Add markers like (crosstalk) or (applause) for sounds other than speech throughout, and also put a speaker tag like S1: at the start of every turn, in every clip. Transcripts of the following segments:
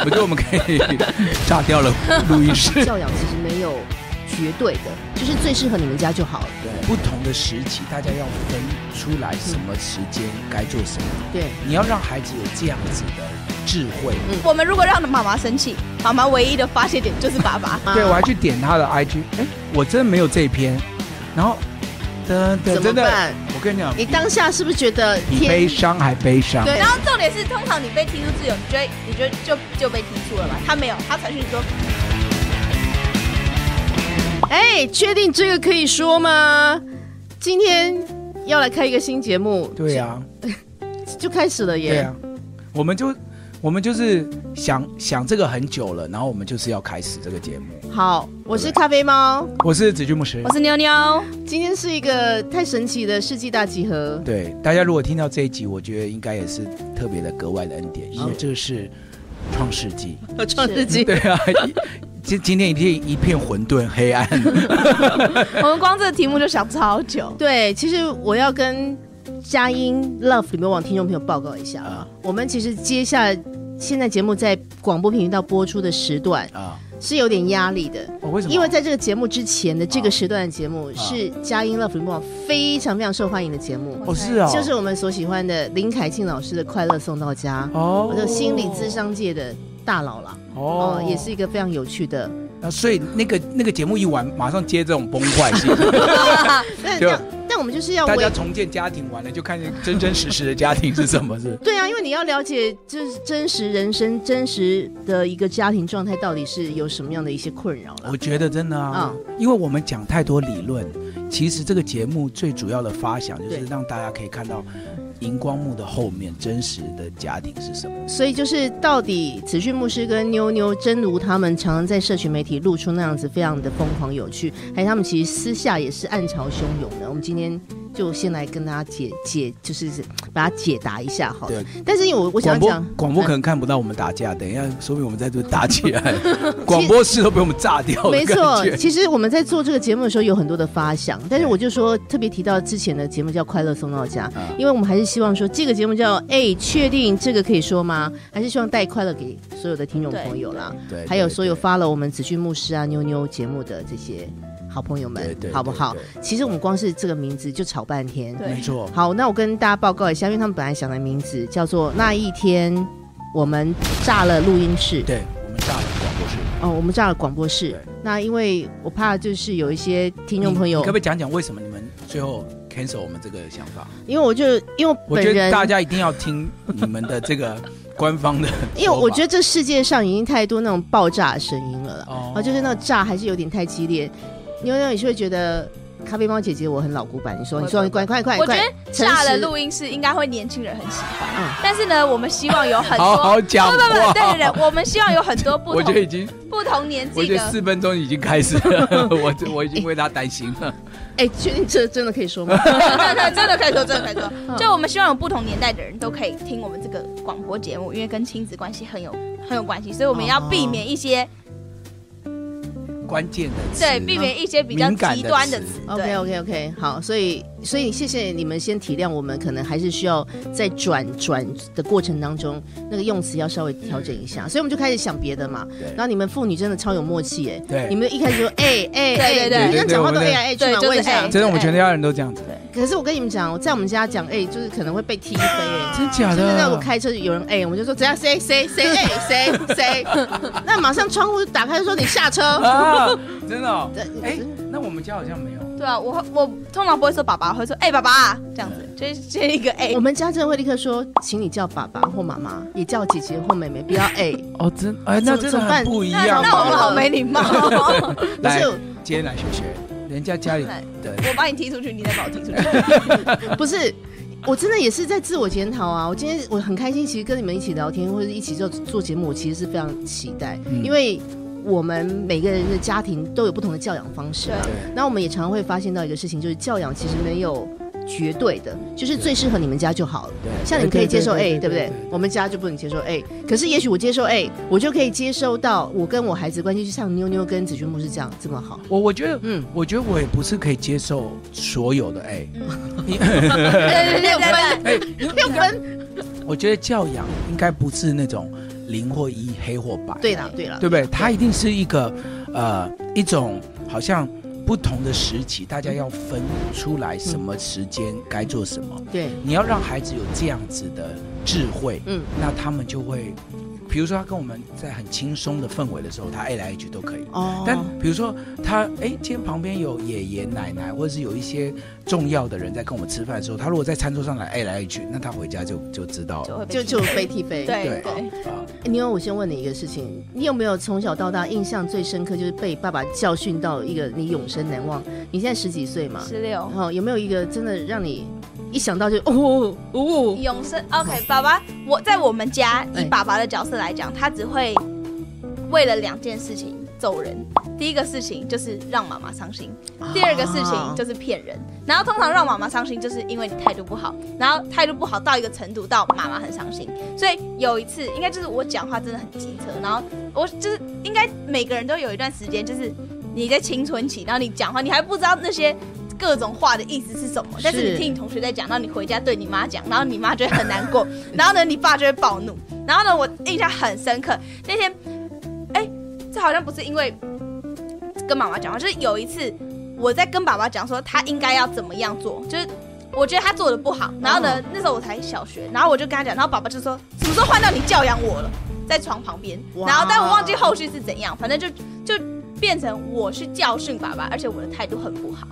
S1: 我觉得我们可以炸掉了录音室。
S2: (laughs) 教养其实没有绝对的，就是最适合你们家就好了。
S3: 不同的时期，大家要分出来什么时间该做什么。
S2: 对，
S3: 你要让孩子有这样子的智慧。
S4: 我们如果让妈妈生气，妈妈唯一的发泄点就是爸爸。
S3: 对，
S2: 啊
S3: 我还去点他的 IG，哎，我真没有这篇，然后，真的
S2: 怎么
S3: 真的，
S2: 办？
S3: 我跟你讲，
S2: 你当下是不是觉得
S3: 比悲
S2: 天？
S3: 伤还悲伤。
S2: 对
S4: 然后重点是，通常你被踢出自由，你就会你就就就被踢出了吧？他没有，他传讯说
S2: 哎，确定这个可以说吗？今天要来开一个新节目，
S3: 对啊，
S2: 就开始了
S3: 对
S2: 耶。
S3: 啊，我们就我们就是想想这个很久了，然后我们就是要开始这个节目。
S2: 好，我是咖啡猫，
S3: (laughs) 我是子君牧师
S4: 我。是妞妞，
S2: 今天是一个太神奇的世纪大集合。
S3: 对大家，如果听到这一集，我觉得应该也是特别的格外的恩
S2: 啊
S3: 典，因为这是创世纪。
S2: 我哦创世
S3: (laughs)
S2: 纪，
S3: 对啊，一今今天一片一片混沌黑
S2: (laughs)
S3: 暗。
S4: 我们光这个题目就想超久。
S2: 对，其实我要跟佳音 Love 里面网听众朋友报告一下啊
S3: 啊，
S2: 我们其实接下来现在节目在广播频道播出的时段
S3: 啊，
S2: 是有点压力的，
S3: 哦、为什么？
S2: 因为在这个节目之前的这个
S3: 啊
S2: 时段的节目是佳音 Love 里面网非常非常受欢迎的节目，
S3: 哦是啊、哦，
S2: 就是我们所喜欢的林凯庆老师的《快乐送到家》，
S3: 哦
S2: 我的心理咨商界的大佬啦，哦，也是一个非常有趣的。
S3: 啊，所以那个那个节目一完，马上接这种崩坏
S2: (laughs)
S3: 戏，
S2: 但
S3: 就
S2: 但但我们就是要
S3: 大
S2: 维。
S3: 家重建家庭完了，就看见真真实实的家庭是什么是
S2: 对啊，因为你要了解，就是真实人生、真实的一个家庭状态到底是有什么样的一些困扰了
S3: 我。觉得真的啊，
S2: 嗯
S3: 因为我们讲太多理论，其实这个节目最主要的发想就是
S2: 对
S3: 让大家可以看到荧光幕的后面真实的家庭是什么。
S2: 所以就是到底子讯牧师跟妞妞、真如他们常常在社群媒体露出那样子非常的疯狂有趣，还有他们其实私下也是暗潮汹涌的。我们今天就先来跟大家解解，就是把它解答一下好了
S3: 对。
S2: 但是因为我我
S3: 广
S2: 想
S3: 播
S2: 讲哎
S3: 广播可能看不到我们打架，等一下说明我们在这打
S2: (laughs)
S3: 起来，广播室都被我们炸掉了。
S2: 没
S3: 感
S2: 错，
S3: 觉
S2: 其实我们在做这个节目的时候有很多的发想，但是我就说特别提到之前的节目叫《快乐送到家》
S3: 嗯
S2: 因为我们还是希望说这个节目叫哎，确定这个可以说吗？还是希望带快乐给所有的听众朋友啦，
S3: 对，
S2: 还有
S3: 对
S2: 所有
S3: 对
S2: 发了我们子俊牧师啊、妞妞节目的这些好朋友
S3: 对
S2: 们
S3: 对，
S2: 好不好
S3: 对？对
S2: 其实我们光是这个名字就吵半天。
S4: 对
S3: 没错，
S2: 好，那我跟大家报告一下，因为他们本来想的名字叫做《那一天我们炸了录音室》。
S3: 对我们炸了广播室。
S2: 哦，我们炸了广播室
S3: 对。
S2: 那因为我怕就是有一些听众朋
S3: 你
S2: 友
S3: 你可不，可以讲讲为什么你们最后 cancel 我们这个想法？
S2: 因为我就因为我
S3: 我
S2: 本
S3: 觉得
S2: 人，
S3: 大家一定要听你们的这个官方的说法，
S2: (laughs) 因为我觉得这世界上已经太多那种爆炸的声音了啦，
S3: 哦
S2: 啊，就是那个炸还是有点太激烈。妞妞，你是会觉得咖啡猫姐姐我很老古板？你说，
S4: 我
S2: 你说，
S4: 我
S2: 你快快快
S4: 我
S2: 快！
S4: 觉得炸了
S2: 诚实
S4: 录音室应该会年轻人很喜欢，
S2: 嗯
S4: 但是呢，我们希望有很多哦
S3: 好好讲
S4: 不
S3: 话。
S4: 不不，对对对，我们希望有很多不
S3: 我觉得
S4: 同
S3: 已经，
S4: 不同年
S3: 我
S4: 纪
S3: 觉
S4: 的
S3: 得四分钟已经开始了， (laughs) 我我已经为他担心了。
S2: 哎，确定这真的可以
S3: (laughs)
S2: 说吗？
S4: 对对， (laughs) 真的可以说，真的可以
S2: 嗯
S4: 说。就我们希望有不同年代的人都可以听我们这个广播节目，因为跟亲子关系很有很有关系，所以我们
S3: 哦
S4: 要避免一些、
S3: 关键的词
S4: 对避免一些比较
S3: 敏感的
S4: 极端的
S3: 词
S4: 词。
S2: OK
S4: 对，
S2: OK OK，好，所以所以谢谢你们先体谅我们，可能还是需要在转转的过程当中，那个用词要稍微调整一下，所以我们就开始想别的嘛。
S3: 嗯对
S2: 然后你们妇女真的超有默契哎，
S3: 对
S2: 你们一开始就哎哎哎，
S4: 对对对
S2: 你们讲话都
S3: 对对对
S2: 哎呀哎去嘛
S4: 对就是
S2: 问一下
S4: 哎。
S3: 真的，我们全家人都这样子，
S2: 可是我跟你们讲，在我们家讲哎，就是可能会被踢一飞哎。
S3: 真假
S2: 真
S3: 的？
S2: 的，那我开车有人哎，我们就说怎样谁谁谁哎谁
S3: (laughs)
S2: 谁，那马上窗户打开就说你下车。 (laughs)
S3: 啊，真的哦。
S2: 对
S3: 哎，那我们家好像没有。
S4: 对啊，我我通常不会说爸爸，我会说哎、爸爸这样子，
S3: 嗯
S4: 就是这一个哎、
S2: 我们家真的会立刻说，请你叫爸爸或妈妈，也叫姐姐或妹妹，不要哎。 (laughs)
S3: 哦，真哎，那
S2: 那
S3: 真
S2: 真的
S3: 的
S2: 很
S3: 很
S2: 不
S3: 不一
S4: 那
S3: 样。
S4: 那我们好没
S3: (laughs)
S4: 礼貌、哦，
S2: 不
S3: 来
S2: 是，
S3: 今天来学学，人家家里
S4: 来
S3: 对
S4: 我把你踢出去，你再把我踢出
S3: (laughs)
S4: 去。
S2: 不是，我真的也是在自我检讨啊。我今天我很开心，其实跟你们一起聊天或者一起做做节目，我其实是非常期待，
S3: 嗯
S2: 因为我们每个人的家庭都有不同的教养方式啊。
S3: 对
S2: 那我们也常常会发现到一个事情，就是教养其实没有。绝对的，就是最适合你们家就好了。
S3: 对
S2: 像你们可以接受
S3: 对
S2: A，
S3: 对
S2: 对不
S3: 对
S2: 对
S3: 对对？
S2: 我们家就不能接受 A，可是也许我接受 A，我就可以接受到我跟我孩子关系就像妞妞跟子君牧师这样这么好。
S3: 我我觉得，
S2: 嗯
S3: 嗯，我觉得我也不是可以接受所有的哎， (laughs)
S4: 对对对对对
S3: 我觉得教养应该不是那种零或一，黑或白，
S2: 对啦，对啦，
S3: 对不对？它一定是一个呃一种好像不同的时期，大家要分出来什么时间该做什么。
S2: 对，
S3: 你要让孩子有这样子的智慧，
S2: 嗯，
S3: 那他们就会，比如说他跟我们在很轻松的氛围的时候，他爱来一句都可以。
S2: 哦，
S3: 但比如说他哎，今天旁边有爷爷奶奶，或者是有一些重要的人在跟我们吃饭的时候，他如果在餐桌上来哎来一句，那他回家就就知道
S4: 就
S3: 了。
S4: 会被
S2: 就
S4: 踢
S2: 就被踢飞。
S4: 对
S3: 对
S4: 对
S3: 啊，
S2: 妞，我先问你一个事情，你有没有从小到大印象最深刻，就是被爸爸教训到一个你永生难忘？你现在十几岁嘛，
S4: 十六
S2: 然。后哦有没有一个真的让你一想到就哦哦
S3: 嗯
S2: 哦，
S4: 永生 OK，爸爸，我在我们家
S2: 哎
S4: 以爸爸的角色来讲，他只会为了两件事情走人。第一个事情就是让妈妈伤心，第二个事
S2: 啊
S4: 情就是骗人。然后通常让妈妈伤心，就是因为你态度不好，然后态度不好到一个程度，到妈妈很伤心。所以有一次，应该就是我讲话真的很机车，然后我就是应该每个人都有一段时间，就是你在青春期，然后你讲话，你还不知道那些各种话的意思是什么，但是
S2: 是
S4: 你听你同学在讲，然后你回家对你妈讲，然后你妈就会很难过，然后呢，你爸就会暴怒。然后呢，我印象很深刻，那天，哎，这好像不是因为跟妈妈讲话，就是有一次我在跟爸爸讲说他应该要怎么样做，就是我觉得他做的不好。然后呢，那时候我才小学，然后我就跟他讲，然后爸爸就说什么时候换到你教养我了，在床旁边。
S2: 哇
S4: 然后但我忘记后续是怎样，反正就就变成我去教训爸爸，而且我的态度很不好，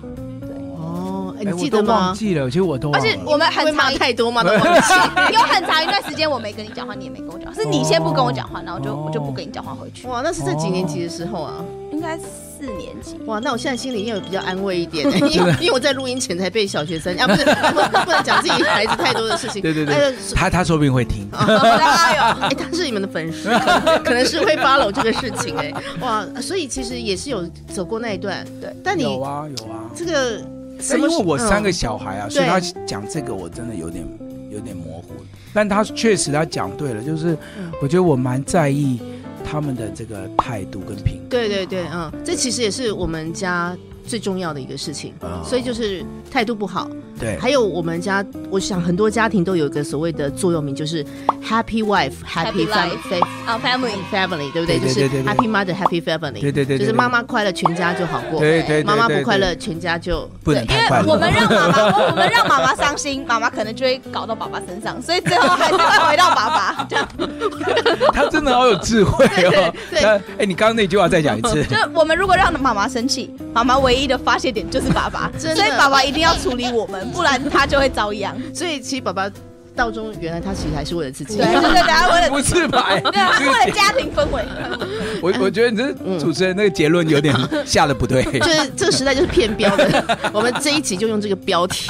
S2: 哦，哎
S3: 哎
S2: 你记
S3: 我
S2: 得
S3: 都忘
S2: 吗？
S3: 记了，其实我都
S4: 而
S3: 忘
S4: 且
S3: 了。
S4: 我们
S2: 会
S4: 很长
S2: 骂
S4: 一
S2: 太
S3: (laughs)
S2: 多吗？都忘记
S4: 有很长一段时间我没跟你讲话，你也没跟我讲话，是你先不跟我讲话，然后我就我就不跟你讲话回去。
S2: 哇，那是在几年级的时候啊？
S3: 哦
S4: 应该四年级，
S2: 哇，那我现在心里面有比较安慰
S3: (laughs)
S2: 一点，因为因为我在录音前才被小学生啊，不是不能不能讲自己孩子太多的事
S3: (laughs)
S2: 情。
S3: 对对对
S2: 哎
S3: 他他说不定会听。
S2: 啊
S4: 哎呦
S2: 哎，他是你们的粉丝，可能可能是会 follow 这个事情哎、哇，所以其实也是有走过那一段，
S4: 对，
S2: 但你
S3: 有啊有啊，
S2: 这个什
S3: 但
S2: 么
S3: 哎因
S2: 时，
S3: 为我三个
S2: 嗯
S3: 小孩啊，所以
S2: 对
S3: 他讲这个我真的有点有点模糊，但他确实他讲对了，就是
S2: 嗯
S3: 我觉得我蛮在意他们的这个态度跟评估。
S2: 对对对，嗯，这其实也是我们家最重要的一个事情，
S3: 哦
S2: 所以就是态度不好，
S3: 对，
S2: 还有我们家，我想很多家庭都有一个所谓的座右铭，就是 Happy Wife, Happy
S4: Happy life
S2: Family。
S4: 啊，family，
S2: Family 对不
S3: 对对
S2: 对？就是
S3: 对对对
S2: Happy Mother, Happy Family，
S3: 对对对对
S2: 就是妈妈快乐，全家就好过；
S3: 对对对
S2: 哎妈妈
S3: 对
S2: 不
S3: 对
S2: 快乐，全家就
S3: 不能
S4: 因
S3: 太快
S4: 为
S3: 乐。
S4: 我们让妈妈，我们让妈妈伤心，妈妈可能就会搞到爸爸身上，所以最后还是会回到爸爸。 (laughs) 这样，。
S3: (laughs) 他真的好有智慧哦。
S2: (laughs) 对对对
S3: 他哎，你刚刚那句话再讲一次
S4: 就是我们如果让妈妈生气，妈妈唯一的发泄点就是
S3: (laughs)
S4: 爸爸，
S2: 真
S4: 所
S2: 的
S4: 以爸爸一定要处理我们，不然他就会
S3: (laughs)
S4: 遭殃。
S2: 所以其实爸爸到中，原来他其实还是为了自己 (laughs)
S4: 对，。就是等下为
S3: (laughs)
S4: 了，
S3: 不是吧？哎
S4: 对，他为了家庭氛
S3: (laughs)
S4: 围。
S3: 我我觉得你这主持人那个结论有
S2: (laughs)
S3: 点下的不对。
S2: 嗯就是这个时代就是骗标
S4: (laughs)
S2: 的，我们这一集就用这个标题。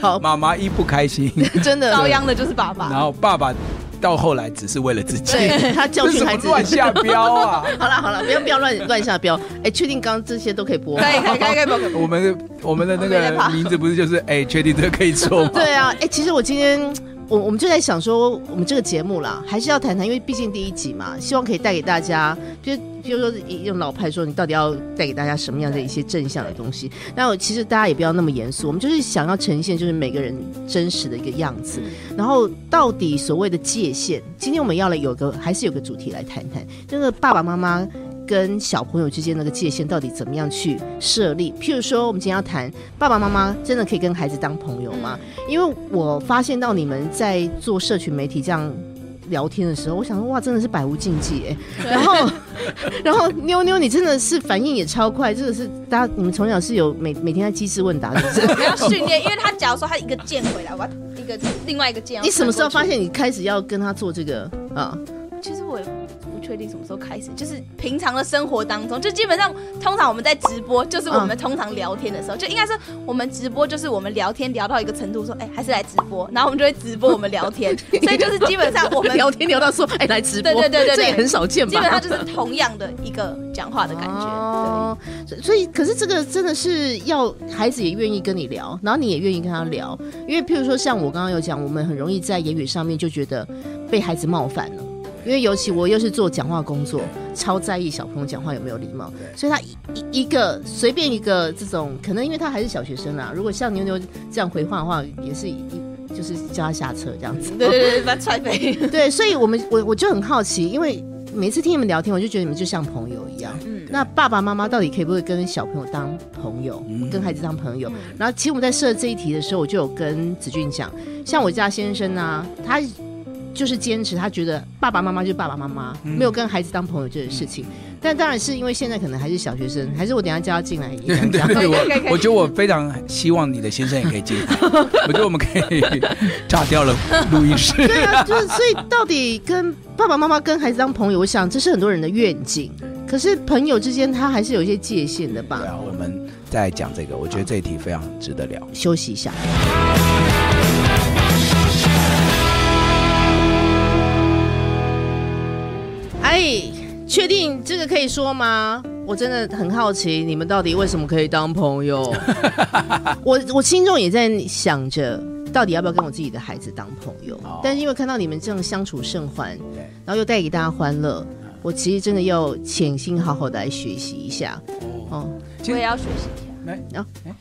S2: 好，
S3: 妈妈一不开心，
S2: 真的
S4: 遭殃的就是爸
S3: 然 (laughs)
S4: 爸。
S3: 后爸爸到后来只是为了自己。
S2: 对他教
S3: 这是
S2: 训
S3: 什么
S2: 孩子。
S3: 乱下标啊！
S2: (laughs) 好了好了，不要不要乱乱下标。哎，确定刚刚这些都可以播吗
S4: 可？以可以可以可以可以，
S3: 我们的我们的那
S4: 我没在
S3: 个
S4: 怕
S3: 名字不是就是哎，确定这个可以说
S2: (laughs)
S3: 吗？
S2: 对啊，哎，其实我今天。我我们就在想说，我们这个节目啦，还是要谈谈，因为毕竟第一集嘛，希望可以带给大家，就比如说用老派说，你到底要带给大家什么样的一些正向的东西？那我其实大家也不要那么严肃，我们就是想要呈现就是每个人真实的一个样子。然后到底所谓的界限，今天我们要来有个还是有个主题来谈谈，那个爸爸妈妈跟小朋友之间那个界限到底怎么样去设立？譬如说，我们今天要谈爸爸妈妈真的可以跟孩子当朋友吗？
S4: 嗯
S2: 因为我发现到你们在做社群媒体这样。聊天的时候，我想说哇，真的是百无禁忌哎。然后， (laughs) 然后妞妞，你真的是反应也超快，真的是大家你们从小是有每每天在机智问答，是不是？
S4: 我 (laughs) 要训练，因为他假如说他一个箭回来，我要一个另外一个箭。
S2: 你什么时候发？现你开始要跟他做这个啊？
S4: 其实我也不确定什么时候开始，就是平常的生活当中，就基本上通常我们在直播，就是我们通常聊天的时候，就应该说我们直播就是我们聊天聊到一个程度，说哎还是来直播，然后我们就会直播我们聊天，所以就是基本上我们
S2: 聊天聊到说，哎，来直播，
S4: (laughs) 对对对对对
S2: 这也很少见吧？
S4: 基本上就是同样的一个讲话的感觉。
S2: 哦，所以所以可是这个真的是要孩子也愿意跟你聊，然后你也愿意跟他聊，因为譬如说像我刚刚有讲，我们很容易在言语上面就觉得被孩子冒犯了。因为尤其我又是做讲话工作，超在意小朋友讲话有没有礼貌，所以他一一一个随啊便一个这种，可能因为他还是小学生啦。如果像牛牛这样回话的话，也是一就是叫他下车这样子。哦
S4: 对对对，把它踹飞。
S2: 对，所以我们我我就很好奇，因为每次听你们聊天，我就觉得你们就像朋友一样。
S4: 嗯
S2: 那爸爸妈妈到底可不可以跟小朋友当朋友，
S3: 嗯
S2: 跟孩子当朋友？然后其实我们在设这一题的时候，我就有跟子俊讲，像我家先生啊，他就是坚持，他觉得爸爸妈妈就是爸爸妈妈，
S3: 嗯
S2: 没有跟孩子当朋友这个事情。但当然是因为现在可能还是小学生，还是我等一下叫他进来也
S3: (laughs)
S2: 讲
S3: 对啊
S2: 讲。
S3: 对，
S4: 可以可以可以
S3: 我我觉得我非常希望你的先生也可以接他，我觉得我们可以炸掉了录音室。
S2: 对啊，就是所以到底跟爸爸妈妈跟孩子当朋友，我想这是很多人的愿景。可是朋友之间，他还是有一些界限的吧
S3: 对？啊，我们再讲这个，我觉得这一题非常值得聊。
S2: 休息一下。哎，确定这个可以说吗？我真的很好奇，你们到底为什么可以当
S3: (laughs)
S2: 朋友？我我心中也在想着，到底要不要跟我自己的孩子当朋友？
S3: 哦
S2: 但是因为看到你们这样相处甚欢，
S3: 对嗯
S2: 然后又带给大家欢乐，我其实真的要潜心好好的来学习一下
S3: 哦，
S2: 哦。
S3: 其
S4: 我
S3: 实
S4: 也要学习一下。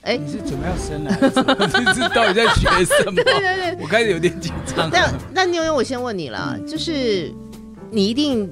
S2: 哎
S3: 你是准备要生了， (laughs) 这是到底在学什么？
S2: 对对，
S3: 我开始有点紧张。
S2: 那那妞妞，我先问你啦，就是你一定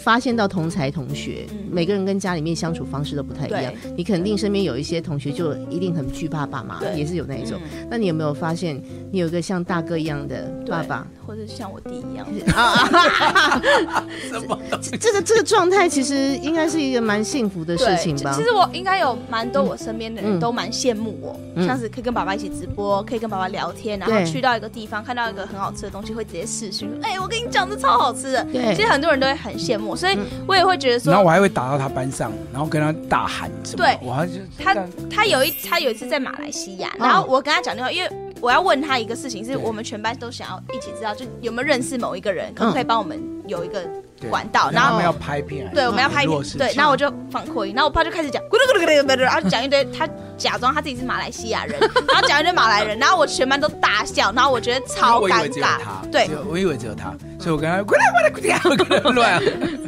S2: 发现到同才同学，
S4: 嗯
S2: 每个人跟家里面相处方式都不太一样，你肯定身边有一些同学就一定很惧怕爸妈，
S4: 对
S2: 也是有那一种。
S4: 嗯
S2: 那你有没有发现，你有一个像大哥一样的爸爸？
S4: 或者像我弟一样，
S2: 啊啊！
S3: 什么？
S2: 这这个这个状态其实应该是一个蛮幸福的事情
S4: 其
S2: 吧
S4: 其？实我应该有蛮多我身边的
S2: 嗯
S4: 人都蛮羡慕我，
S2: 嗯
S4: 像是可以跟爸爸一起直播，可以跟爸爸聊天，然后
S2: 对
S4: 去到一个地方看到一个很好吃的东西，会直接试训。哎、我跟你讲，这超好吃的。
S2: 对嗯
S4: 其实很多人都会很羡慕，所以我也会觉得
S3: 然后
S4: 说，
S3: 我还会打到他班上，然后跟他大喊什么？
S4: 对
S3: 我还就
S4: 他他有一他有一次在马来西亚，
S2: 哦
S4: 然后我跟他讲电话，因为。我要问他一个事情，是
S3: 对
S4: 我们全班都想要一起知道，就有没有认识某一个人，
S2: 嗯
S4: 可不可以帮我们有一个管道？
S3: 然
S4: 然
S3: 后
S4: 后
S3: 他们要拍片，
S4: 对，我们要拍
S3: 片
S4: 片，，对，然后我就放扩音，然后我爸就开始讲咕噜咕噜咕噜咕噜，然后讲一堆，他假装他自己是马来西亚人，然后讲一堆马来人，然后我全班都大笑，然后我觉得超
S3: 我以
S4: 尴
S3: 为只有他
S4: 尬，，对
S3: 只有我以为只有他，所以我跟他过来过来过来过来过来，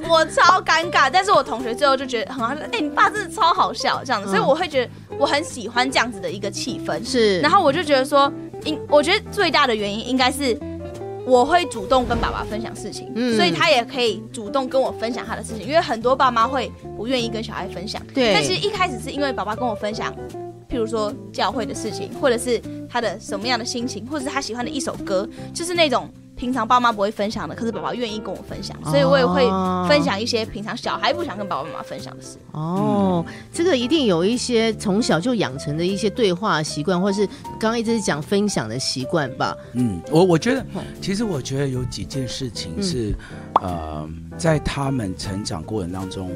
S4: 我超尴尬，但是我同学最后就觉得很好笑，哎，你爸真的超好笑这样子，所以
S2: 嗯
S4: 我会觉得我很喜欢这样子的一个气氛，
S2: 是，
S4: 然后我就觉得说，应我觉得最大的原因应该是。我会主动跟爸爸分享事情，
S2: 嗯
S4: 所以他也可以主动跟我分享他的事情，因为很多爸妈会不愿意跟小孩分享。
S2: 对
S4: 但是一开始是因为爸爸跟我分享，譬如说教会的事情，或者是他的什么样的心情，或者是他喜欢的一首歌，就是那种平常爸妈不会分享的，可是爸爸愿意跟我分享，所以我也会
S2: 哦
S4: 分享一些平常小孩不想跟爸爸妈妈分享的事。
S2: 哦，这个一定有一些从小就养成的一些对话习惯，或是刚刚一直讲分享的习惯吧。
S3: 嗯，我我觉得
S2: 嗯，
S3: 其实我觉得有几件事情是，呃，在他们成长过程当中，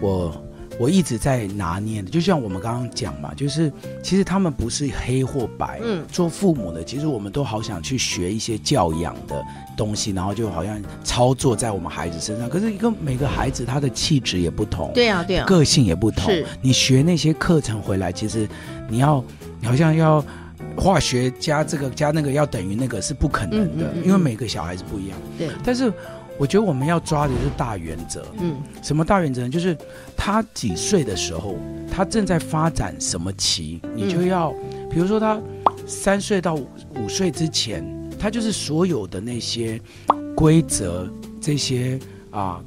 S3: 我我一直在拿捏的，就像我们刚刚讲嘛，就是其实他们不是黑或白，
S2: 嗯
S3: 做父母的，其实我们都好想去学一些教养的东西，然后就好像操作在我们孩子身上，可是一个每个孩子他的气质也不同，
S2: 对啊，对啊，
S3: 个性也不同
S2: 是。
S3: 你学那些课程回来，其实你要你好像要化学加这个加那个要等于那个是不可能的，
S2: 嗯嗯嗯嗯
S3: 因为每个小孩子不一样。
S2: 对，
S3: 但是我觉得我们要抓的就是大原则。
S2: 嗯
S3: 什么大原则呢？就是他几岁的时候，他正在发展什么期，你就要，
S2: 嗯
S3: 比如说他三岁到五五岁之前，他就是所有的那些规则这些啊。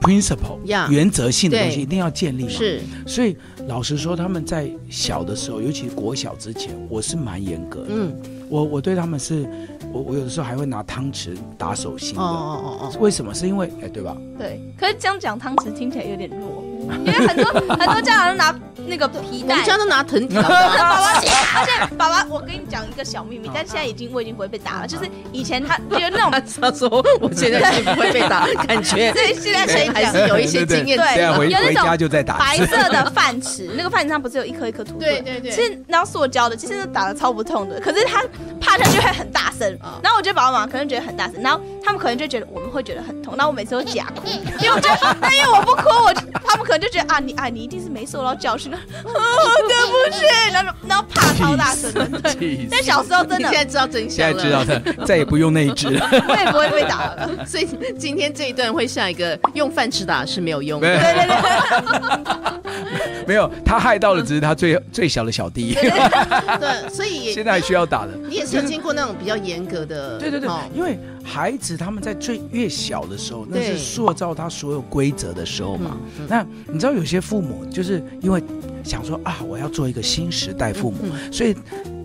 S3: principle
S2: Yeah
S3: 原则性的东西
S2: 对
S3: 一定要建立嘛，
S2: 是
S3: 所以老实说，他们在小的时候，尤其国小之前，我是蛮严格的。
S2: 嗯
S3: 我我对他们是，我我有的时候还会拿汤匙打手心的。
S2: 哦哦哦
S3: 为什么？是因为哎，对吧？
S4: 对，可是这样讲汤匙听起来有点弱，因为很 (laughs) 多很多家长都拿那个皮
S2: 哦，
S4: 带
S2: 人。家都拿藤条
S4: (laughs) 爸
S2: 的，
S4: 爸写，而且爸爸，我跟你讲一个小秘密，但现在已经我已经不会被打了。就是以前他就是那种，
S2: 他说我现在是不会被打，感觉
S4: 对， (laughs) 现在谁
S2: 还
S4: 讲
S2: 是有
S3: (laughs)
S2: 一些经验值
S4: 对
S3: 现在
S2: 的。
S3: 回
S4: 有那
S3: 回
S4: 种
S3: 家就在打
S4: 白
S3: (laughs) 字。
S4: 色的饭匙，那个饭匙上不是有一颗一颗土
S2: 对
S4: 对
S2: 对对
S4: 其实然后塑胶的，其实打的超不痛的，可是他趴下就会很大声
S3: 嗯
S2: 啊，
S4: 然后我觉得爸爸妈妈可能觉得很大声，然后 (laughs) 他们可能就觉得我们会觉得很痛，然后我每次都假哭，因为我觉得，但因为我不哭，我就他们可能就觉得啊，你啊，你一定是没受到教训，啊、 (laughs) 对不起，然后就然后怕超大声
S3: (laughs)
S4: 的，对。
S1: 气死
S4: 但小时候真
S2: 你
S4: 的
S2: 现，在知道真
S1: 现
S2: 相
S1: 在
S2: 了，
S1: 知道他
S2: (laughs)
S1: 再也不用那一只
S3: (laughs)
S1: 了。
S4: 我也不会被打了。
S2: 所以今天这一段会下一个用饭吃打是没有用的。
S4: 对对对，
S1: 没有，他害到的只是他最最小的小弟，
S2: 对，
S3: (laughs)
S2: 所以
S1: 现
S2: 也
S1: 在还需要打的。
S2: 你也是有经过那种比较严格的，
S3: 对对对
S2: 哦，
S3: 因为孩子他们在最越小的时候，那
S2: 对
S3: 是塑造他所有规则的时候嘛。
S2: 嗯嗯
S3: 那你知道有些父母就是因为想说啊，我要做一个新时代父母，
S4: 嗯
S3: 所以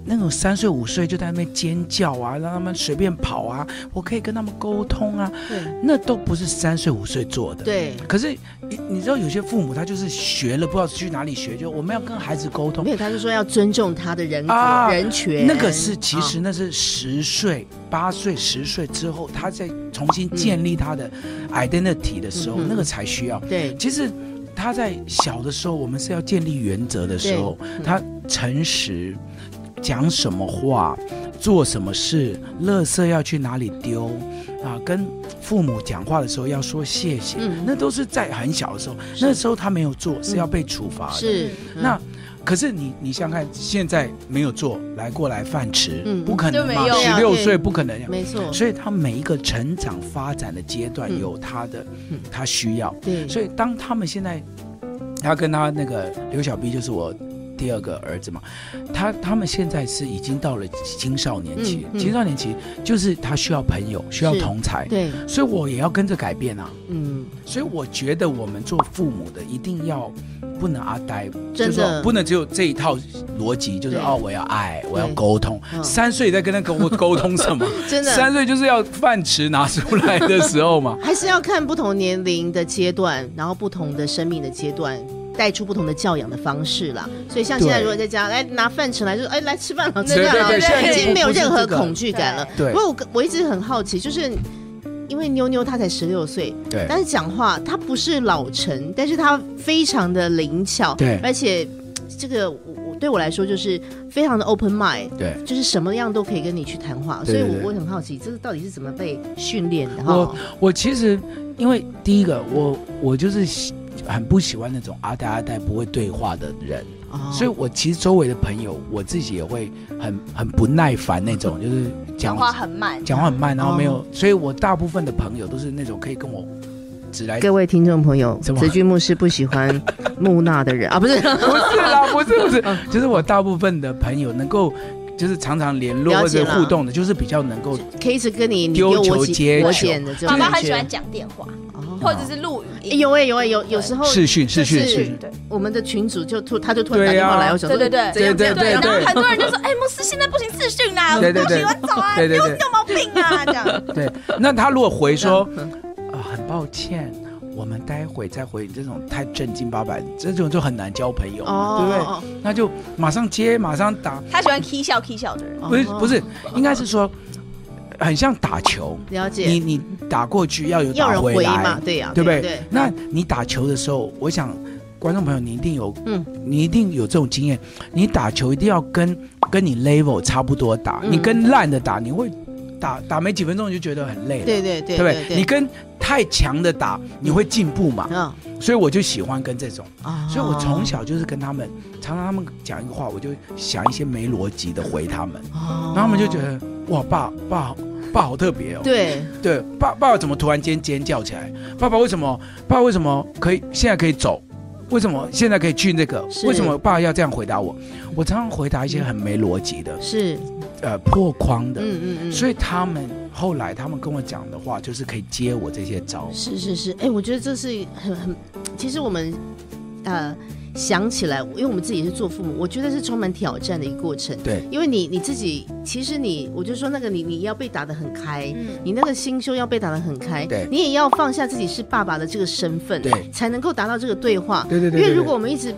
S3: 那种三岁五岁就在那边尖叫啊，让他们随便跑啊，我可以跟他们沟通啊，
S2: 对
S3: 那都不是三岁五岁做的。。
S2: 对，
S3: 可是你你知道有些父母他就是学了不知道去哪里学，就我们要跟孩子沟通
S2: 没，有，他就说要尊重他的人格、
S3: 啊
S2: 人权，
S3: 那个是其实
S2: 啊
S3: 那是十岁、八岁、十岁之后，他在重新建立他的 identity 的时候，
S2: 嗯嗯嗯
S3: 那个才需要。
S2: 对
S3: 其实他在小的时候，我们是要建立原则的时候
S2: 对嗯，
S3: 他诚实，讲什么话，做什么事，垃圾要去哪里丢，啊，跟父母讲话的时候要说谢谢，
S2: 嗯
S3: 那都是在很小的时候，
S2: 是
S3: 那时候他没有做，是要被处罚的。
S2: 是嗯
S3: 那可是你你想想看，现在没有做来过来饭吃，
S2: 嗯
S3: 不可能嘛
S4: 就没？有
S3: 十
S2: 啊
S3: 六
S2: 对
S3: 岁不可能呀。
S2: 没错，
S3: 所以他每一个成长发展的阶段
S2: 嗯
S3: 有他的、
S2: 嗯
S3: 他需要，
S2: 对，
S3: 所以当他们现在，他跟他那个刘小 B 就是我第二个儿子嘛，他他们现在是已经到了青少年期，
S2: 嗯嗯
S3: 青少年期就是他需要朋友，需要
S2: 是
S3: 同才，
S2: 对，
S3: 所以我也要跟着改变啊。
S2: 嗯，
S3: 所以我觉得我们做父母的一定要不能阿呆，就
S2: 真的
S3: 是说不能只有这一套逻辑，就是
S2: 对
S3: 哦，我要爱，我要
S2: 对
S3: 沟通。
S2: 嗯
S3: 三岁在跟他沟沟通什么？
S2: (laughs) 真的。
S3: 三岁就是要饭匙拿出来的时候嘛
S2: (laughs) 还是要看不同年龄的阶段，然后不同的生命的阶段。带出不同的教养的方式啦，所以像现在
S3: 对
S2: 如果在家来拿饭吃来，就哎来吃饭了，
S3: 对
S2: 吃饭了，
S4: 对对现在
S2: 已经没有
S3: 不是
S2: 任何
S3: 这个
S2: 恐惧感了。
S3: 对
S2: 不过我跟我一直很好奇，就是因为妞妞她才十六岁，
S3: 对
S2: 但是讲话她不是老成，但是她非常的灵巧，
S3: 对
S2: 而且这个我我对我来说就是非常的 open mind，
S3: 对，
S2: 就是什么样都可以跟你去谈话，
S3: 对对
S2: 所以
S3: 对
S2: 我我很好奇，这个到底是怎么被训练的
S3: 我
S2: 哈？
S3: 我其实因为第一个，我我就是喜很不喜欢那种阿呆阿呆不会对话的人。
S2: 哦
S3: 所以，我其实周围的朋友，我自己也会很很不耐烦那种，就是
S4: 讲
S3: 讲
S4: 话很慢，
S3: 讲话很慢，然后没有，
S2: 哦
S3: 所以我大部分的朋友都是那种可以跟我直来
S2: 各位听众朋友，
S3: 怎么
S2: 子君牧师不喜欢木讷的人啊，不是
S3: 不是啦，不是不是，
S2: 嗯
S3: 就是我大部分的朋友能够。就是常常联络
S2: 了
S3: 或
S2: 解
S3: 者
S2: 啦
S3: 互动的，就是比较能够
S2: (laughs) 可以一直跟你你
S3: 丢
S2: 丢
S3: 球
S2: 我
S3: 接
S2: 捡我
S3: 球
S2: 捡的这
S4: 爸
S2: 种
S4: 爸
S2: 感
S4: 很喜
S2: 觉
S4: 欢。讲电话，
S2: 哦
S4: 或者是录语
S2: 哎
S4: 音。
S2: 有哎有哎有，有时候
S3: 视讯视
S2: 就是
S3: 讯视讯，
S4: 对
S2: 我们的群主就突他就突然打
S3: 对啊
S2: 电话来，我想
S4: 对
S2: 说
S4: 对对
S2: 怎样怎
S3: 对
S2: 样怎
S3: 对
S4: 对，然
S2: 样
S4: 后
S3: 对
S4: 很多人就说：“哎，牧师现在不行视讯啦，
S3: 对对
S4: 不喜
S3: 对
S4: 欢走啊，
S3: 对对
S4: 有
S3: 对
S4: 有毛病啊！”这样，
S3: 对。那他如果回说
S2: 嗯
S3: 啊，很抱歉，我们待会再回你这种太正经八百，这种就很难交朋友嘛，对不对？
S2: 哦
S3: 那就马上接，马上打，
S4: 他喜欢 k 笑 k 笑的人，
S2: 哦
S3: 不是
S2: 哦
S3: 不是，应该是说很像打球，
S2: 了
S3: 你
S2: 解，
S3: 你打过去要有
S2: 要
S3: 打
S2: 人
S3: 回
S2: 回
S3: 来
S2: 嘛，，对呀，
S3: 对不对？
S2: 对，
S3: 那你打球的时候，我想观众朋友你一定有，
S2: 嗯
S3: 嗯，你一定有这种经验，你打球一定要跟跟你 level 差不多打，
S2: 嗯
S3: 你跟烂的打，你会打打没几分钟你就觉得很累了，
S2: 对对对
S3: 不
S2: 对
S3: 你跟太强的打，你会进步嘛？
S2: 啊
S3: 所以我就喜欢跟这种，
S2: 啊
S3: 嗯所以我从小就是跟他们，常常他们讲一个话，我就想一些没逻辑的回他们，
S2: 哦
S3: 然后他们就觉得哇，爸爸好爸好特别哦，
S2: 对
S3: 对，爸爸爸怎么突然间尖叫起来？爸爸为什么？爸爸为什么可以现在可以走？为什么现在可以去那个？
S2: 是
S3: 为什么爸要这样回答我？我常常回答一些很没逻辑的，
S2: 是，
S3: 呃，破框的。
S2: 嗯嗯嗯，
S3: 所以他们后来他们跟我讲的话，就是可以接我这些招。
S2: 是是是，哎、我觉得这是很很，其实我们呃想起来，因为我们自己也是做父母，我觉得是充满挑战的一个过程。
S3: 对，
S2: 因为你你自己，其实你，我就说那个你你要被打得很开。
S4: 嗯，
S2: 你那个心胸要被打得很开，
S3: 对
S2: 你也要放下自己是爸爸的这个身份，
S3: 对
S2: 才能够达到这个对话。
S3: 对对对
S2: 因为
S3: 对
S2: 如果我们一直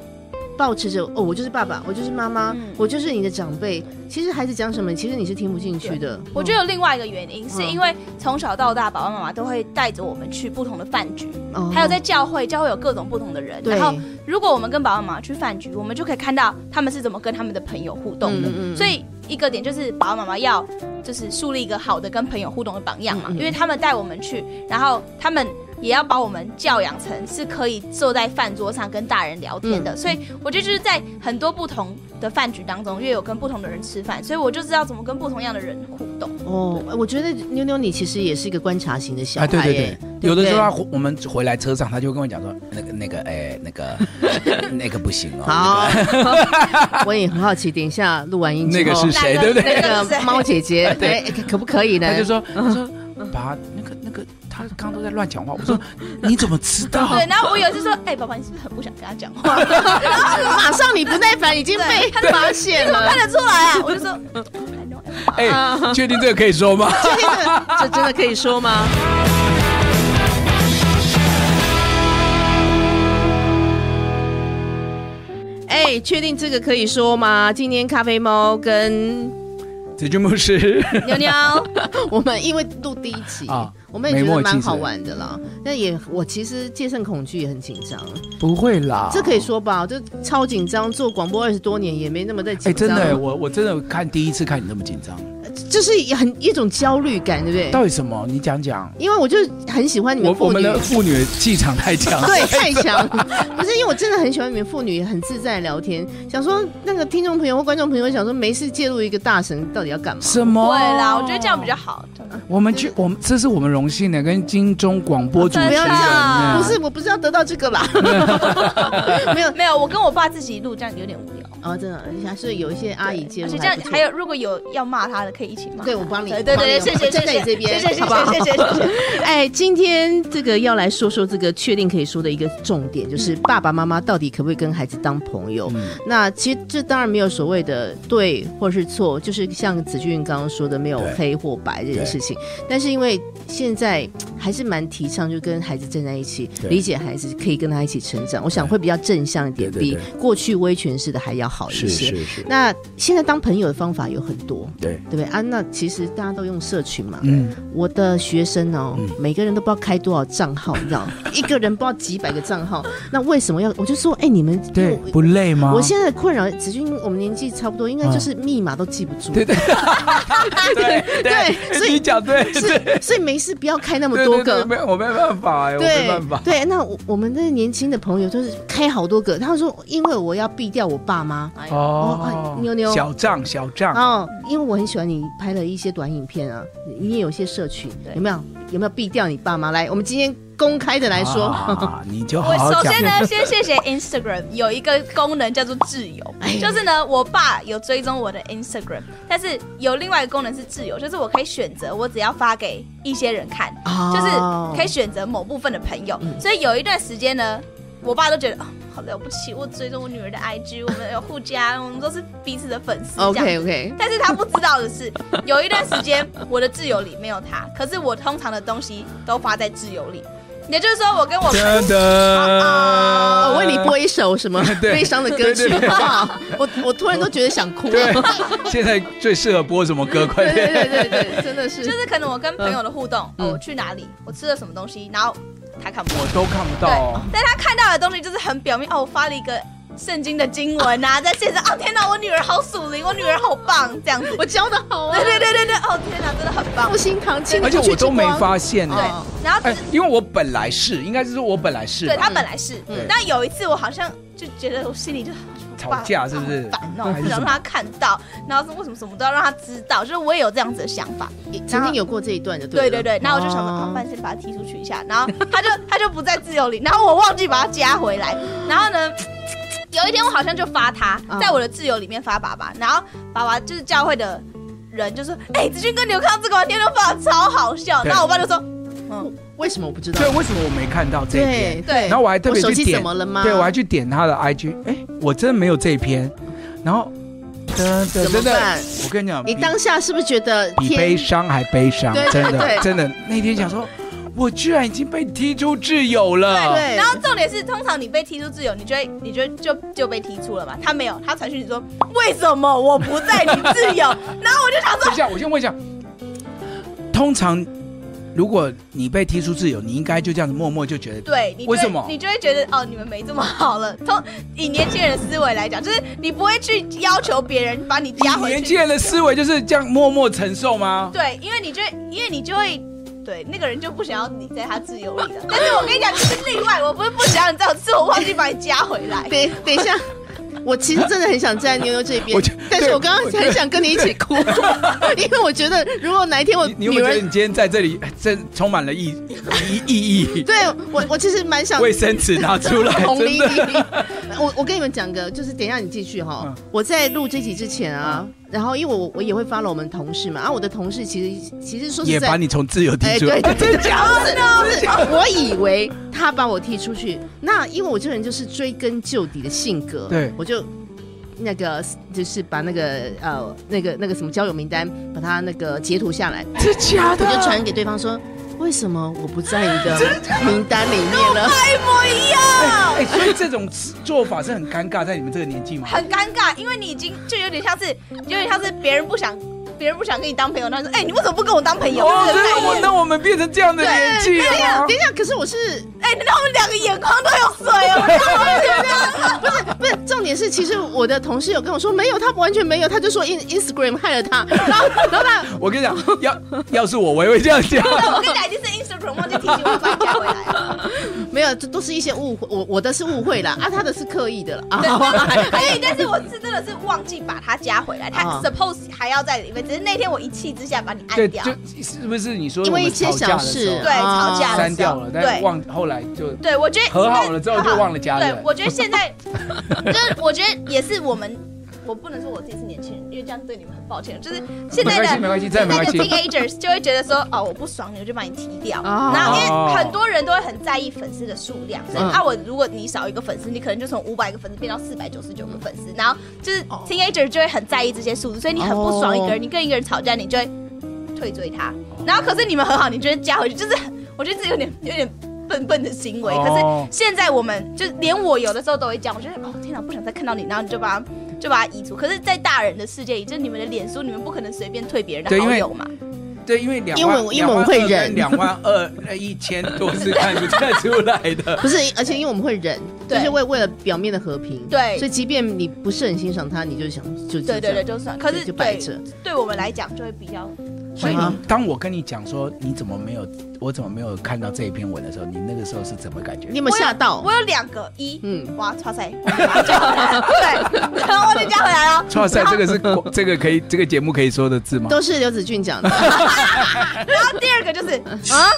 S2: 保持着哦，我就是爸爸，我就是妈妈，
S4: 嗯
S2: 我就是你的长辈，其实孩子讲什么，其实你是听不进去的。
S4: 我觉得有另外一个原因，是
S2: 嗯
S4: 因为从小到大，爸爸妈妈都会带着我们去不同的饭局，
S2: 得，哦
S4: 还有在教会，教会有各种不同的人。
S2: 对
S4: 然后，如果我们跟爸爸妈妈去饭局，我们就可以看到他们是怎么跟他们的朋友互动的。
S2: 嗯嗯嗯
S4: 所以一个点就是爸爸妈妈要就是树立一个好的跟朋友互动的榜样嘛，
S2: 嗯嗯
S4: 因为他们带我们去，然后他们。也要把我们教养成是可以坐在饭桌上跟大人聊天
S1: 嗯
S4: 的。所以我觉得就是在很多不同的饭局当中，因为有跟不同的人吃饭，所以我就知道怎么跟不同样的人互动。
S2: 哦，我觉得妞妞你其实也是一个观察型的小孩
S3: 哎，对对
S2: 耶
S3: 对，有的时候他回我们回来车上，他就会跟我讲说，那个那个，哎，那
S2: (laughs)
S3: 个那个不行哦，
S2: 好，我也很好奇，等一下录完音之后，
S1: 那个是谁，对不对？
S2: 那个
S4: 呃
S2: 猫姐姐，哎，可不可以呢？
S3: 他就说，他说，爸，那个那个，他刚刚都在乱讲话。我
S2: (laughs)
S3: 说，你怎么知道？
S4: 对，然后我有一次说，哎、爸爸，你是不是很不想跟他讲
S1: (laughs)
S4: 话？
S2: 马上你不耐烦已经被发现了，嗯
S4: 看得出来啊，我就说，
S1: 哎， (laughs) 确定这个可以说吗？
S2: (laughs) 这真的可以说吗？哎，确定这个可以说吗？今天咖啡猫跟
S1: 子君牧师，
S4: (laughs) 妞妞，
S2: 我们因为录第一集
S1: 啊
S2: 我们也觉得
S1: 没默契啊
S2: 蛮好玩的啦。但也我其实戒慎恐惧也很紧张，
S3: (laughs) 不会啦
S2: 这可以。说吧？就超紧张，做广播二十多年也没那么在
S3: 哎，
S2: 紧
S3: 真
S2: 张。
S3: 的，我我真的看第一次看你那么紧张，
S2: 哎就是很一种焦虑感，对不对？
S3: 到底什么？你讲讲。
S2: 因为我就很喜欢你
S1: 我
S2: 们
S1: 我
S2: 妇
S1: 们
S2: 女。
S1: 的妇女气场太强
S3: 啊
S1: 了。
S2: 对，太强，不是因为我真的很喜欢你们妇女很自在聊天，想说那个听众朋友或观众朋友想说没事介入一个大神到底要干嘛？
S3: 什么？
S4: 对啦，我觉得这样比较好。
S3: 我们去，我们这是我们荣幸的，跟金钟广播主持
S2: 不要
S3: 人
S2: 这样，
S3: 呢
S2: 不是，我不是要得到这个啦， (laughs) 没有
S4: 没有，我跟我爸自己录，这样有点无聊。
S2: 哦，真的，还是有一些阿姨介
S4: 而
S2: 入
S4: 且
S2: 不错，
S4: 这样还有，如果有要骂他的，可以一起骂。
S2: 对我帮你
S4: 对对对，
S2: 我帮你
S4: 谢谢，
S2: 我站
S4: 谢
S2: 在
S4: 谢
S2: 你这边
S4: 谢谢谢
S2: 好不好
S4: 谢谢谢谢谢谢。
S2: 哎，今天这个要来说说这个确定可以说的一个重点，
S4: 嗯
S2: 就是爸爸妈妈到底可不可以跟孩子当朋友？
S3: 嗯
S2: 那其实这当然没有所谓的对或是错，就是像子俊刚刚说的，没有
S3: 对
S2: 黑或白这件事情。但是因为现在还是蛮提倡，就跟孩子站在一起，
S3: 对
S2: 理解孩子，可以跟他一起成长，我想会比较正向一点，
S3: 对对
S2: 比
S3: 对
S2: 过去威权式的还要好一些。
S3: 是是是，
S2: 那现在当朋友的方法有很多，
S3: 对，
S2: 对不对啊？那其实大家都用社群嘛，
S3: 嗯，
S2: 我的学生哦，每个人都不知道开多少账 (laughs) 号，你知道，一个人不知道几百个账号，那为什么要？我就说，哎、你们
S3: 对，
S2: 我
S3: 不累
S1: 啊
S3: 吗？
S2: 我现在的困扰，子君，我们年纪差不多，应该就是密码都记不住。
S1: 对对对
S2: 对所以
S1: 你讲对，对
S2: 是，所以没事不要开那么
S1: 对
S2: 多
S1: 对对
S2: 个。
S1: 没有我没办法哎，我没办法。
S2: 对，那我我们的年轻的朋友就是开好多个，他说因为我要避掉我爸妈。
S1: 啊
S2: 哦，
S3: 哦
S2: 哎，妞妞，
S1: 小账小账，
S2: 哦，因为我很喜欢你拍了一些短影片啊，你也有一些社群，有没有？
S1: 嗯
S2: 有没有避掉你爸妈？来，我们今天公开的来说，
S3: 啊，你就 (laughs) 好
S4: 我
S3: 好
S4: 首
S3: 讲
S4: 先。呢，先谢谢 Instagram 有一个功能叫做挚友，
S2: 哎
S4: 就是呢，我爸有追踪我的 Instagram，但是有另外一个功能是挚友，就是我可以选择，我只要发给一些人看，
S1: 啊
S4: 就是
S2: 哦嗯
S4: 可以选择某部分的朋友。所以有一段时间呢，我爸都觉得哦，好了不起，我追踪我女儿的 IG，我们有互加，我们都是彼此的粉丝。这样
S2: OK OK，
S4: 但是他不知道的是，有一段时间我的挚友里没有他，可是我通常的东西都发在挚友里，也就是说，我跟哦我
S1: 真的，
S2: 哦我为你播一首什么悲伤的歌
S1: (laughs)
S2: 曲，
S1: 对对对
S2: 好不好？ (laughs) 我我突然都觉得想
S1: (laughs)
S2: 哭。
S1: 对，现在最适合播什么歌？快
S2: (laughs) 对对
S1: 点，
S2: 对对对，真的是
S4: 哦就。是可能我跟朋友的互动，
S2: 嗯
S4: 哦，我去哪里，我吃了什么东西，然后他看不到
S1: 我，都看不到
S4: 对。但他看到的东西就是很表面，哦，我发了一个圣经的经文啊，在线上，哦，天哪，我女儿好属灵，我女儿好棒，这样子，
S2: 我教的好啊
S4: 对，对对对对，哦，天哪，真的很棒
S2: 不，心堂亲，
S1: 而且我都没发现
S4: 对
S1: 哎、，
S4: 然后
S1: 哎，因为我本来是，应该是说我本来是吧
S4: 对他本来是
S1: 嗯，
S4: 但有一次我好像就觉得我心里就
S1: 吵架是不是？
S4: 烦哦，
S1: 还
S4: 不
S1: 是什
S4: 想让
S1: 么？
S4: 他看到，然后是为什么什么都要让他知道，就是我也有这样子的想法。
S2: 曾经有过这一段的，对
S4: 对对
S2: 了
S4: 对，然后我就想说，
S2: 哦
S4: 啊，不然先把他踢出去一下，然后他就 (laughs) 他就不在自由里，然后我忘记把他加回来，然后呢，有一天我好像就发他
S2: 嗯
S4: 在我的自由里面发爸爸，然后爸爸就是教会的人就说，哎，子君哥，你有看到这个吗？天都发超好笑，
S1: 对
S4: 然后我爸就说，嗯
S2: 为什么我不知道
S1: 对，？为什么我没看到这一篇？
S2: 对，
S1: 然后我还特别
S2: 我手
S1: 去
S2: 机
S1: 点
S2: 怎么了吗？
S1: 对，我还去点他的 IG，哎、我真的没有这一篇。然后，真的
S2: 怎么
S1: 真的
S2: 办，
S1: 我跟你讲，
S2: 你
S1: 比
S2: 当下是不是觉得
S1: 比悲
S2: 天
S1: 伤还悲伤
S2: 对，对
S1: 真
S2: 对
S1: 的真的。那天想说，我居然已经被踢出挚友了。
S2: 对
S4: 然后重点是，通常你被踢出自由，你就会，你就就就被踢出了嘛。他没有，他传讯你说为什么我不在你自由？ (laughs) 然后我就想说
S1: 等一下，我先问一下，通常如果你被踢出挚友，你应该就这样子默默就觉得
S4: 对，你就会
S1: 为什么
S4: 你就会觉得哦，你们没这么好了。从以年轻人的思维来讲，就是你不会去要求别人把你加
S1: 以
S4: 回
S1: 年轻
S4: 去。
S1: 人的思维就是这样默默承受吗？
S4: 对，因为你就会因为你就会对，那个人就不想要你在他自由里了。但是我跟你讲，这是例外，我不是不想让你在我自由，我忘记把你加回来。
S2: 等等一下，我其实真的很想站在妞妞这边
S3: 我觉，
S2: 但是
S3: 对
S2: 我刚刚很想跟你一起哭，因为我觉得如果哪一天我
S3: 你你
S2: 女
S3: 有没有觉得
S2: 儿
S3: 你今天在这里真充满了意意意义？
S2: 对我我其实蛮想
S3: 卫生纸拿出来，
S2: (laughs) 红
S3: 真
S2: 梨
S3: 的。
S2: 我我跟你们讲个，就是等一下你继续哈、
S3: 嗯
S2: 我在录这集之前啊，然后因为我我也会发了我们同事嘛，啊，我的同事其实其实说
S3: 也
S2: 实
S3: 把
S2: 在。哎
S3: 你从自由踢出来
S2: 对，对
S3: (laughs)
S2: 对，假的，
S3: 真
S2: 是
S3: 假
S2: 我以为他把我踢出去，那因为我这个人就是追根究底的性格，
S3: 对
S2: 我就那个就是把那个呃那个那个什么交友名单把它那个截图下来，
S3: 是假
S2: 我
S3: 的，
S2: 就传给对方说，为什么我不在
S3: (laughs)
S2: 你的名单里面了？
S4: 一模一样，
S3: 哎，所以这种做法是很尴尬，在你们这个年纪吗？
S4: 很尴尬，因为你已经就有点像是，有点像是别人不想，别人不想跟你当朋友，他说，哎、你为什么不跟我当朋友？
S3: 哦，
S4: 这
S3: 真
S4: 个概
S3: 的，我
S4: 念
S3: 那我们变成这样的年纪哦
S2: 等一下，
S3: 了吗
S2: (laughs) 等一下，可是我是
S4: 哎、那我们两个眼眶都有水哦。
S2: 不是，重点是，其实我的同事有跟我说，没有，他完全没有，他就说 In Instagram 害了他，然后 (laughs) 然后他
S3: 我跟你讲，要要是我，我也会这样
S2: (laughs)
S3: 讲。
S4: 对，我跟你讲，已经是 Instagram 忘记提醒我把你加回来了。
S2: 没有，这都是一些误会，我我的是误会啦，啊，他的是刻意的啦，
S4: 对
S2: 啊，
S4: 但是可以，但是我是真的是忘记把它加回来，它
S2: 啊
S4: suppose 还要在里面，只是那天我一气之下把你
S3: 对，
S4: 按掉
S3: 就。是不是你说
S2: 因
S3: 我
S2: 为一
S3: 们
S2: 些
S3: 吵架
S2: 小
S3: 的时候啊
S2: 事，啊
S4: 对吵架的时候
S3: 删掉了，但
S4: 对
S3: 是忘后来就
S4: 对，我觉得
S3: 和好了之后就忘了加
S4: 对
S3: 人，
S4: 我觉得现
S3: (laughs)
S4: 在就是我觉得也是我们，我不能说我自己是年轻人，因为这样对你们很抱歉。就是现
S3: 没
S4: 在
S3: 关系，
S4: 的
S3: 没关系，再没
S4: 那
S3: 关
S4: 个
S3: 系。
S4: teenagers 就会觉得说，哦，我不爽你，我就把你踢掉。
S2: 哦
S4: 然后因为很多人都会很在意粉丝的数量，所以
S2: 嗯
S4: 啊，我如果你少一个粉丝，你可能就从五百个粉丝变到四百九十九个粉丝，
S3: 嗯
S4: 然后就是
S3: 哦
S4: teenager 就会很在意这些数字，所以你很不爽一个
S2: 哦
S4: 人，你跟一个人吵架，你就会退追他。然后可是你们和好，你就会加回去，就是很我觉得这有点有点笨笨的行为。可是
S3: 哦
S4: 现在我们就连我有的时候都会这样，我觉得哦天哪，不想再看到你，然后你就把它就把它移除。可是，在大人的世界里，就是你们的脸书，你们不可能随便退别人
S3: 对因
S4: 的好
S3: 为
S4: 友嘛。
S3: 对，因为两
S2: 因为我因为我会忍
S3: 两万二呃一千多是看不太出来的。
S2: 不是，而且因为我们会忍，就
S4: 对
S2: 是为为了表面的和平，
S4: 对
S2: 所以即便你不是很欣赏他，你就想就就这
S4: 对对
S2: 样
S4: 对，就算。可是
S2: 就摆
S4: 对
S2: 着，
S4: 对我们来讲就会比较
S3: 所以
S2: 啊
S3: 你当我跟你讲说你怎么没有我怎么没有看到这一篇文的时候，你那个时候是怎么感觉
S2: 你？有没有吓到
S4: 我？有两个一，
S2: 哦嗯
S4: 嗯，哇，哇塞，我把它加回来了对，然后我就加回来了。
S3: 哇塞，这
S2: (laughs)
S3: 个是这个可以这个节目可以说的字吗？
S2: 都是刘子俊
S4: (laughs)
S2: 讲的，
S4: 然后第二个就是啊，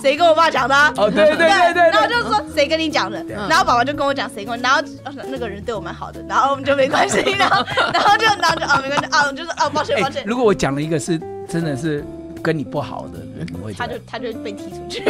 S4: 谁跟我爸讲的啊？
S3: 哦，对对对对
S4: 然后
S3: 对。
S4: 就说谁跟你讲的，然后爸爸就跟我讲谁跟我，然后呃那个人对我蛮好的，然后我们就没关系，然
S3: (laughs)
S4: 后然后就然后就哦没关系啊，我就说哦抱歉抱
S3: 哎，
S4: 歉，
S3: 如果我讲了一个是真的是跟你不好的人，你会
S4: 他
S3: 觉
S4: 就
S3: 得
S4: 他就被踢出
S3: (laughs)
S4: 去。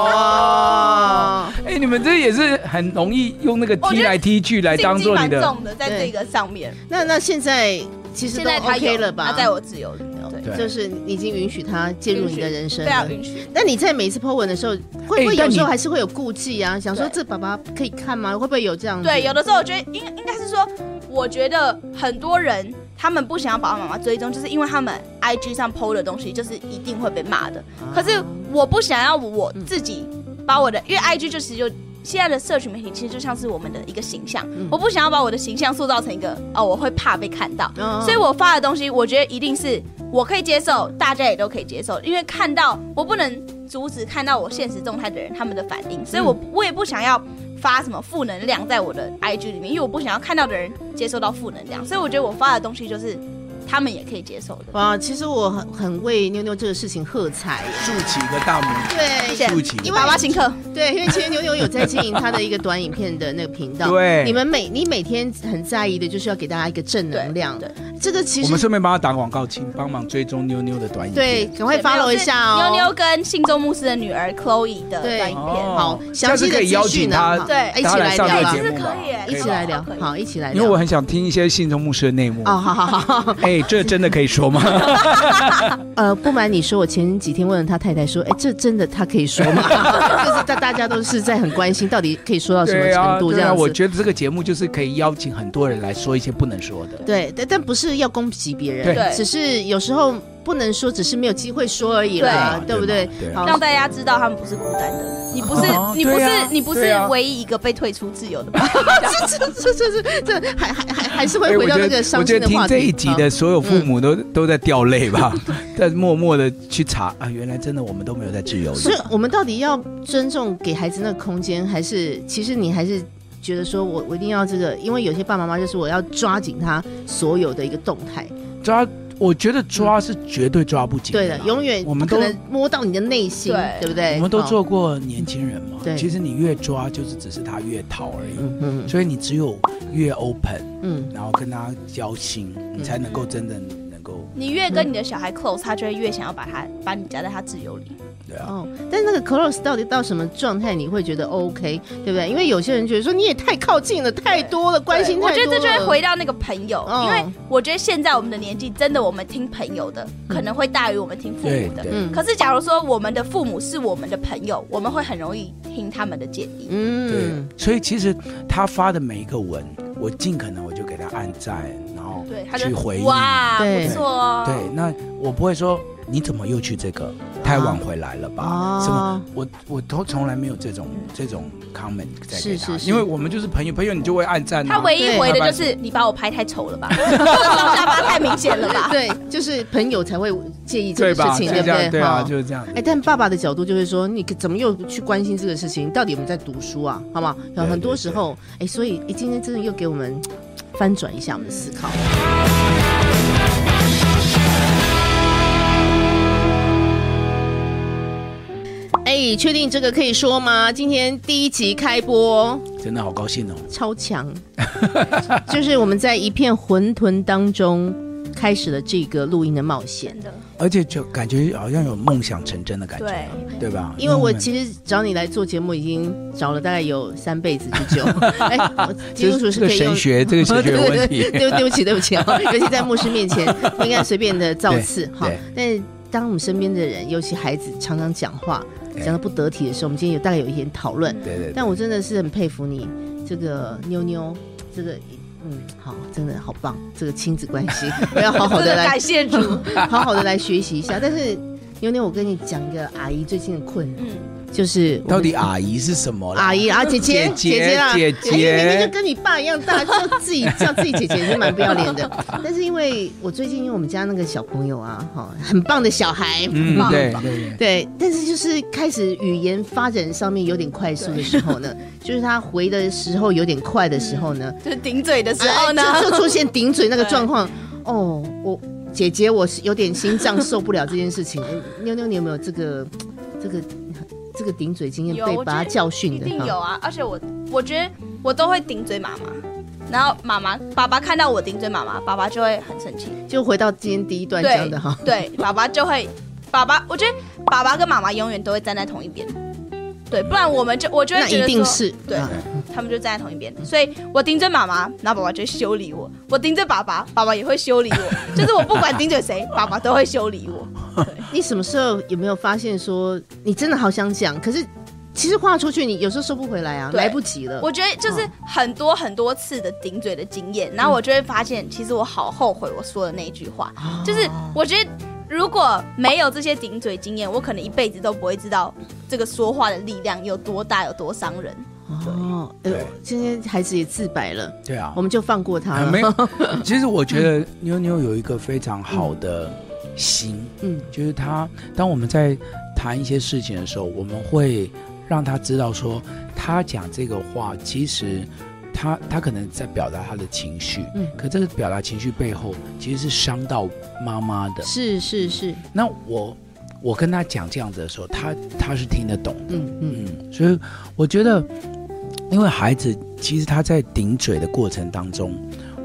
S2: 哦，
S3: 哎，你们这也是很容易用那个
S4: 我觉
S3: 踢
S4: 得
S3: 来踢去来当
S4: 竞技
S3: 做你
S4: 蛮
S3: 的。
S4: 重的，在这个上面，
S2: 那那现在其实
S4: 现
S2: 都
S4: 在他有
S2: OK 了吧？
S4: 他在我自由里面，对，
S3: 对
S2: 就是你已经允许他介入你的人生
S4: 对啊，
S2: 了。
S4: 允许。
S2: 那你在每一次 po 文的时候，会不会
S3: 哎但
S2: 有
S3: 你
S2: 时候还是会有顾忌啊？想说
S4: 对
S2: 这爸爸可以看吗？会不会有这样子？
S4: 对，有的时候我觉得应应该是说，我觉得很多人他们不想要爸爸妈妈追踪，就是因为他们 IG 上 PO 的东西就是一定会被骂的。可是我不想要我自己把我的，因为 IG 就其实就。现在的社群媒体其实就像是我们的一个形象，
S2: 嗯
S4: 我不想要把我的形象塑造成一个哦，我会怕被看到，
S2: 嗯
S4: 所以我发的东西，我觉得一定是我可以接受，大家也都可以接受，因为看到我不能阻止看到我现实动态的人他们的反
S2: 嗯
S4: 应，所以我、我也不想要发什么负能量在我的 IG 里面，因为我不想要看到的人接受到负能量，所以我觉得我发的东西就是他们也可以接受的。
S2: 哇，其实我很很为妞妞这个事情喝彩。
S3: 竖起一个大拇指。
S2: 对，
S4: 谢
S3: 竖起一个
S2: 因为
S4: 爸爸请客，
S2: 对，因为其实妞妞有在经营她的一个短影片的那个频道。
S3: (laughs) 对
S2: 你们每你每天很在意的就是要给大家一个正能量。
S4: 对
S2: 这个其
S3: 我们
S2: 实
S3: 顺便帮他打广告，请帮忙追踪妞妞的短影
S2: 对，
S3: 片。
S2: 赶快 follow 一下哦。
S4: 妞妞跟信州牧师的女儿 Chloe 的
S2: 对
S4: 短影片，
S3: 哦
S2: 好，
S3: 下
S2: 详
S3: 次
S2: 细
S3: 可
S2: 的
S3: 以邀
S2: 资讯
S3: 请
S2: 呢？
S3: 她
S2: 好
S4: 对
S2: 一
S3: 大家
S2: 起来
S3: 来上
S2: 聊
S3: 这个
S2: 吧
S3: 节，目吧
S4: 可以耶，
S2: 一起来聊，好，一起来
S3: 因为我
S2: 聊。
S3: 很想听一些信中牧师的内幕。
S2: 哦，好好好。
S3: 哎，这真的可以说吗？
S2: 呃，不瞒你说，我前几天问了他太太说，哎，这真的他可以说吗？ (laughs) 就是大大家都是在很关心，到底可以 (laughs) 说到什么
S3: 对啊，
S2: 程度这
S3: 对
S2: 样
S3: 啊，
S2: 子。
S3: 我觉得这个节目就是可以邀请很多人来说一些不能说的。
S2: 对，但但不是要攻击别人，
S3: 对
S4: 对
S2: 只是有时候不能说只是没有机会说而已啦，
S3: 对
S2: 对不对
S3: 对嘛对？啊
S2: 好
S4: 让大家知道他们不是孤单的，你不是
S3: 哦
S4: 你不
S3: 对
S4: 是
S3: 啊
S4: 你不是
S3: 对啊
S4: 唯一一个被退出自由的吧？
S2: 这这这这这还还还还是会
S3: 哎
S2: 回
S3: 我
S2: 到
S3: 觉
S2: 那个
S3: 得我
S2: 伤
S3: 觉得
S2: 心的
S3: 听
S2: 话题。嗯
S3: 这一集
S2: 好
S3: 的所有父母都都在掉泪吧， (laughs) 在默默的去查啊，原来真的我们都没有在自由
S2: 所以
S3: 的。
S2: 我们到底要尊重给孩子那个空间，还是其实你还是觉得说我我一定要这个？因为有些爸爸妈妈就是我要抓紧他所有的一个动态。
S3: 抓，我觉得抓是绝对抓不紧
S2: 对
S3: 的
S2: 的
S3: 啦，，
S2: 永远
S3: 我们
S2: 不
S3: 都
S2: 可能摸到你的内心，
S4: 对
S2: 对不对？哦
S3: 我们都
S2: 好，
S3: 做过年轻人嘛
S2: 对，
S3: 其实你越抓就是只是他越逃而已，
S2: 嗯嗯
S3: 所以你只有越 open，
S2: 嗯，
S3: 然后跟他交心，你才能够真的能够
S4: (laughs) 你越跟你的小孩 close，他就会越想要把他把你夹在他自由里。
S3: 对啊。
S2: 哦，但是那个 close 到底到什么状态你会觉得 OK，对不对？因为有些人觉得说你也太靠近了，太多了，关心
S4: 我
S2: 太
S4: 觉
S2: 多
S4: 得这就
S2: 了
S4: 会回到那个朋友，
S2: 嗯
S4: 因为我觉得现在我们的年纪，真的我们听朋友的可能会大于我们听父
S3: 对
S4: 母的。
S3: 对，
S2: 嗯
S4: 可是假如说我们的父母是我们的朋友，我们会很容易听他们的建议。
S2: 嗯，
S3: 对，所以其实他发的每一个文，我尽可能我就给他按赞，然后
S4: 对，他
S3: 去回
S4: 就
S3: 应。
S4: 哇，
S2: 对
S4: 不错哦。
S3: 对，那我不会说你怎么又去这个，太晚回来了吧？什么？
S2: 啊哦，
S3: 我我都从来没有这种这种 comment 在给
S2: 是
S3: 他，
S2: 是是
S3: 因为我们就是朋友，朋友你就会暗赞、啊。
S4: 嗯他唯一回的就
S3: 对
S4: 是你把我拍太丑了吧， (laughs) 双下巴太明显了
S2: (laughs)
S4: 吧。
S2: 对，就是朋友才会介意这
S3: 对
S2: 个
S3: 吧？
S2: 事情，
S3: 就这样
S2: 不对？
S3: 啊，
S2: 哈
S3: 就是这样子。
S2: 哎，但爸爸的角度就会说，你怎么又去关心这个事情？到底我们在读书啊，好吗？然后很多时候，哎，所以哎今天真的又给我们嘖嘖翻转一下我们的思考。哎，确定这个可以说吗？今天第一集开播，
S3: 真的好高兴哦！
S2: 超强，就是我们在一片混沌当中开始了这个录音的冒险。
S4: 真的，
S3: 而且就感觉好像有梦想成真的感觉，
S4: 对，
S3: 对吧？
S2: 因为我
S3: 们
S2: 其实找你来做节目已经找了大概有三辈子
S3: (laughs)
S2: 之久，哎，我基
S3: 这
S2: 督徒
S3: 这
S2: 是
S3: 个
S2: 可以用
S3: 神。
S2: (laughs)
S3: 学，这个神学有问
S2: 对
S3: 题。
S2: 对对不起，对不起
S3: (laughs)
S2: 哦，尤其在牧师面前，不应该随便的造次哈
S3: 对。
S2: 但是当我们身边的人，尤其孩子，常常讲话
S3: 对
S2: 讲的不得体的时候，我们今天有大概有一点讨论。
S3: 对对对，
S2: 但我真的是很佩服你，这个妞妞，这个嗯，好，真的好棒，这个亲子关系， (laughs) 我要好好
S4: 真
S2: 的
S4: 的
S2: 来
S4: 感谢主。
S2: 好好的来学习一下。但是妞妞，我跟你讲一个阿姨最近的困扰，
S4: 嗯，
S2: 就是我们
S3: 到底阿姨是什么啦？
S2: 阿
S3: (laughs)
S2: 姨啊姐姐
S3: 姐
S2: 姐姐啦，
S3: 姐
S2: 哎
S3: 姐
S2: 你明明就跟你爸一样大， (laughs) 就自己叫自己姐姐，是蛮不要脸的。
S3: (laughs)
S2: 但是因为我最近因为我们家那个小朋友啊，哈，很棒的小孩，
S3: 嗯
S2: 很，棒
S3: 对对对，
S2: 对，但是就是开始语言发展上面有点快速的时候呢，就是他回的时候有点快的时候呢，
S4: 就是顶嘴的时候呢，
S2: 哎
S4: (laughs)
S2: 就就出现顶嘴那个状况。哦，我姐姐，我是有点心脏受不了这件事情。嗯妞妞，你有没有这个这个这个顶嘴经验
S4: 有
S2: 被
S4: 我
S2: 把他
S4: 觉得
S2: 教训
S4: 一
S2: 的？
S4: 定
S2: 哈
S4: 有啊！而且我我觉得我都会顶嘴妈妈，然后妈妈爸爸看到我顶嘴妈妈，爸爸就会很生气。
S2: 就回到今天第一段讲
S4: 对
S2: 的哈，
S4: 对，爸爸就会爸爸，我觉得爸爸跟妈妈永远都会站在同一边。对，不然我们就我就会
S2: 那
S4: 觉
S2: 一
S4: 得
S2: 定
S4: 说，
S2: 是
S4: 对
S2: 啊
S4: 他们就站在同一边，所以我顶嘴妈妈，然后爸爸就会修理我；我顶嘴爸爸，爸爸也会修理我。就是我不管顶嘴谁，爸爸都会修理
S2: (laughs)
S4: 我。
S2: 嗯你什么时候有没有发现说你真的好想讲，可是其实话出去你有时候收不回来啊，
S4: 对
S2: 来不及了。
S4: 我觉得就是很多很多次的顶嘴的经验，然后我就会发现，其实我好后悔我说的那一句话。
S2: 啊
S4: 就是我觉得如果没有这些顶嘴经验，我可能一辈子都不会知道这个说话的力量有多大，有多伤人。
S2: 哦，哎呦
S3: 对
S2: 今天孩子也自白了，
S3: 对啊
S2: 我，们就放过他了。
S3: 没有。
S2: (laughs)
S3: 其实我觉得妞妞有一个非常好的心，
S2: 嗯
S3: 就是他，当我们在谈一些事情的时候，我们会让他知道说，他讲这个话，其实他他可能在表达他的情绪，
S2: 嗯
S3: 可这个表达情绪背后其实是伤到妈妈的。
S2: 是是是，
S3: 那我我跟他讲这样子的时候，他他是听得懂的，
S2: 嗯嗯
S3: 嗯，所以我觉得，因为孩子其实他在顶嘴的过程当中，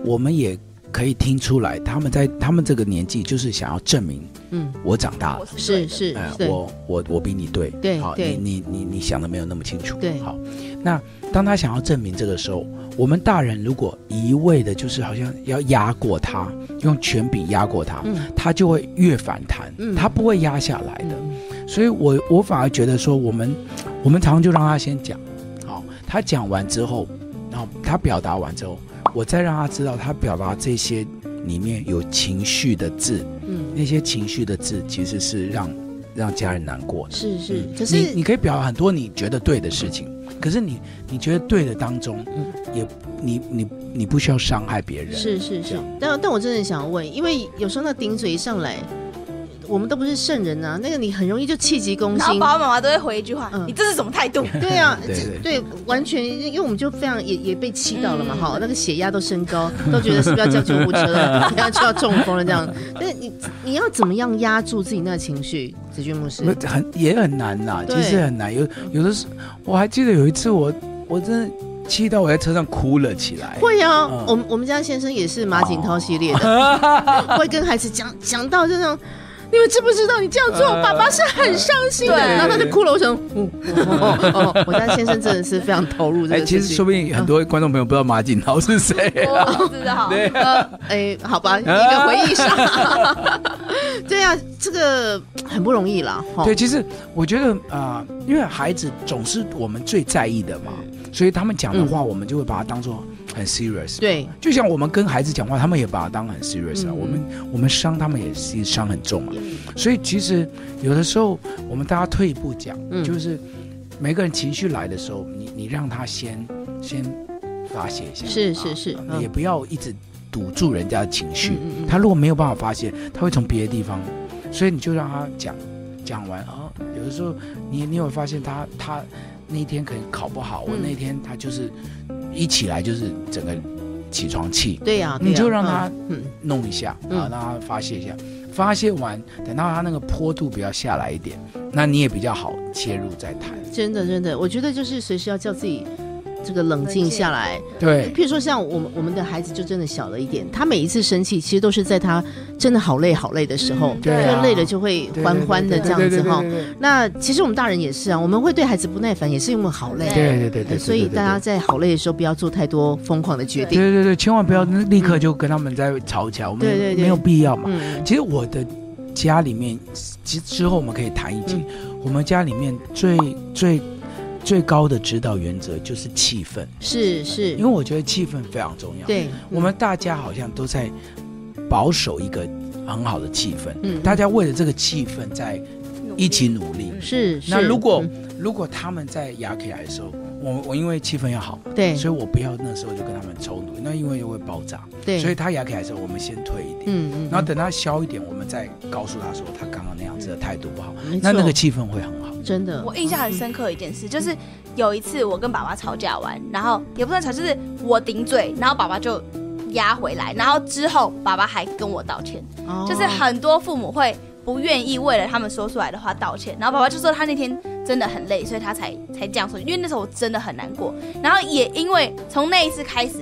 S3: 我们也可以听出来，他们在他们这个年纪就是想要证明
S2: 嗯，
S3: 我长大了
S4: 我。对
S2: 是
S4: 的，
S2: 是
S3: 哎，
S2: 对，
S3: 我我我比你对，
S2: 对
S3: 好，
S2: 对
S3: 你你你你想的没有那么清楚，
S2: 对
S3: 好。那当他想要证明这个时候，我们大人如果一味的就是好像要压过他，用权柄压过他，
S2: 嗯
S3: 他就会越反弹，
S2: 嗯
S3: 他不会压下来的。
S2: 嗯
S3: 所以我我反而觉得说，我们我们常常就让他先讲，好、他讲完之后，然后他表达完之后，我再让他知道他表达这些里面有情绪的字，
S2: 嗯，
S3: 那些情绪的字其实是让让家人难过的。
S2: 是是，
S3: 嗯
S2: 可
S3: 你
S2: 是
S3: 你可以表达很多你觉得对的事情，可是你你觉得对的当中，
S2: 嗯
S3: 也你你你不需要伤害别人。
S2: 是是是
S3: 对，
S2: 但但我真的想问，因为有时候那顶嘴一上来，我们都不是圣人啊，那个你很容易就气急攻
S4: 然后
S2: 心。
S4: 爸爸妈妈都会回一句话：“
S2: 嗯
S4: 你这是什么
S2: (laughs)
S4: 态度
S2: 对啊，
S3: (laughs) 对
S2: 这对，完全，因为我们就非常也也被气到了嘛，哈、那个血压都升高，都觉得是不是要叫救护车了，等下就要中风
S3: (laughs)
S2: 了这样。但是你你要怎么样压住自己那个情绪，子君牧师？
S3: 那很也很难呐，
S2: 对
S3: 其实很难。有有的时候，我还记得有一次我，我真的气到我在车上哭了起来。
S2: 会啊，
S3: 嗯
S2: 我们我们家先生也是马景涛系列的，
S3: (laughs)
S2: 会跟孩子讲讲到这种。你们知不知道你这样做，
S3: 呃
S2: 爸爸是很伤心的。
S4: 对
S2: 然后他就哭了。我想，嗯，哦哦哦，我家先生真的是非常投入这
S3: 哎，
S2: 个
S3: 其
S2: 事
S3: 实说
S2: 情。
S3: 不定很多观众朋友不知道马景涛是谁。？”
S2: (laughs) 哦
S4: 我不知道。
S2: 呃，哎，好
S3: 啊
S2: 吧，一个回忆杀。 (laughs) 对啊，这个很不容易啦。齁
S3: 对，，其实我觉得啊、呃因为孩子总是我们最在意的嘛，所以他们讲的话，我们就会把它当做很 serious。，
S2: 嗯对，
S3: 就像我们跟孩子讲话，他们也把它当很 serious 啊。
S2: 嗯
S3: 我们我们伤他们也是伤很重啊嘛，所以其实有的时候我们大家退一步讲，
S2: 嗯
S3: 就是每个人情绪来的时候，你你让他先先发泄一下，
S2: 是
S3: 啊
S2: 是是
S3: 啊
S2: 嗯
S3: 也不要一直堵住人家的情绪。
S2: 嗯嗯嗯
S3: 他如果没有办法发泄，他会从别的地方，所以你就让他讲，讲完啊、有的时候你你有发现他他那一天可能考不好，我
S2: 嗯
S3: 那天他就是一起来就是整个起床气，
S2: 对呀，对呀
S3: 你就让他
S2: 嗯
S3: 弄一下
S2: 嗯
S3: 啊，让他发泄一下，发泄完等到他那个坡度比较下来一点，那你也比较好切入再谈。
S2: 真的真的，我觉得就是随时要叫自己这个冷静下来。
S3: 对，
S2: 譬如说，像我们我们的孩子就真的小了一点，他每一次生气，其实都是在他真的好累好累的时候，
S4: 嗯
S2: 就
S4: 对
S3: 啊
S2: 累了就会
S3: 对
S2: 欢欢的这样子哈
S3: 对。对
S2: 那其实我们大人也是啊，我们会对孩子不耐烦，也是因为我们好累。
S3: 对对对对对，
S2: 哎所以
S3: 对对
S2: 大家
S3: 对
S2: 在好累的时候，不要做太多疯狂的决定。
S3: 对对对，千万不要立刻就跟他们在吵起来，我们
S2: 对对对
S3: 没有必要嘛。
S2: 嗯，
S3: 其实我的家里面，其实之后我们可以谈一集。
S2: 嗯
S3: 我们家里面最最最高的指导原则就是气氛，
S2: 是是
S3: 因为，我觉得气氛非常重要。，
S2: 对，
S3: 我们大家好像都在保守一个很好的气氛，
S2: 嗯
S3: 大家为了这个气氛在一起努力。
S4: 嗯
S2: 是是。
S3: 那如果、
S2: 嗯
S3: 如果他们在雅克来的时候，我我因为气氛要好，
S2: 对
S3: 所以我不要那时候就跟他们冲突，那因为又会爆炸。
S2: 对，
S3: 所以他雅克来的时候，我们先退一点。
S2: 嗯嗯，
S3: 然后等他消一点，我们再告诉他说他刚刚那样子的态度不好，
S2: 没
S3: 那
S2: 错
S3: 那个气氛会很好。
S2: 真的，
S4: 我印象很深刻的一件事，就是有一次我跟爸爸吵架完，然后也不算吵，就是我顶嘴，然后爸爸就压回来，然后之后爸爸还跟我道歉，
S2: 哦
S4: 就是很多父母会不愿意为了他们说出来的话道歉，然后爸爸就说他那天真的很累，所以他才才这样说，因为那时候我真的很难过，然后也因为从那一次开始，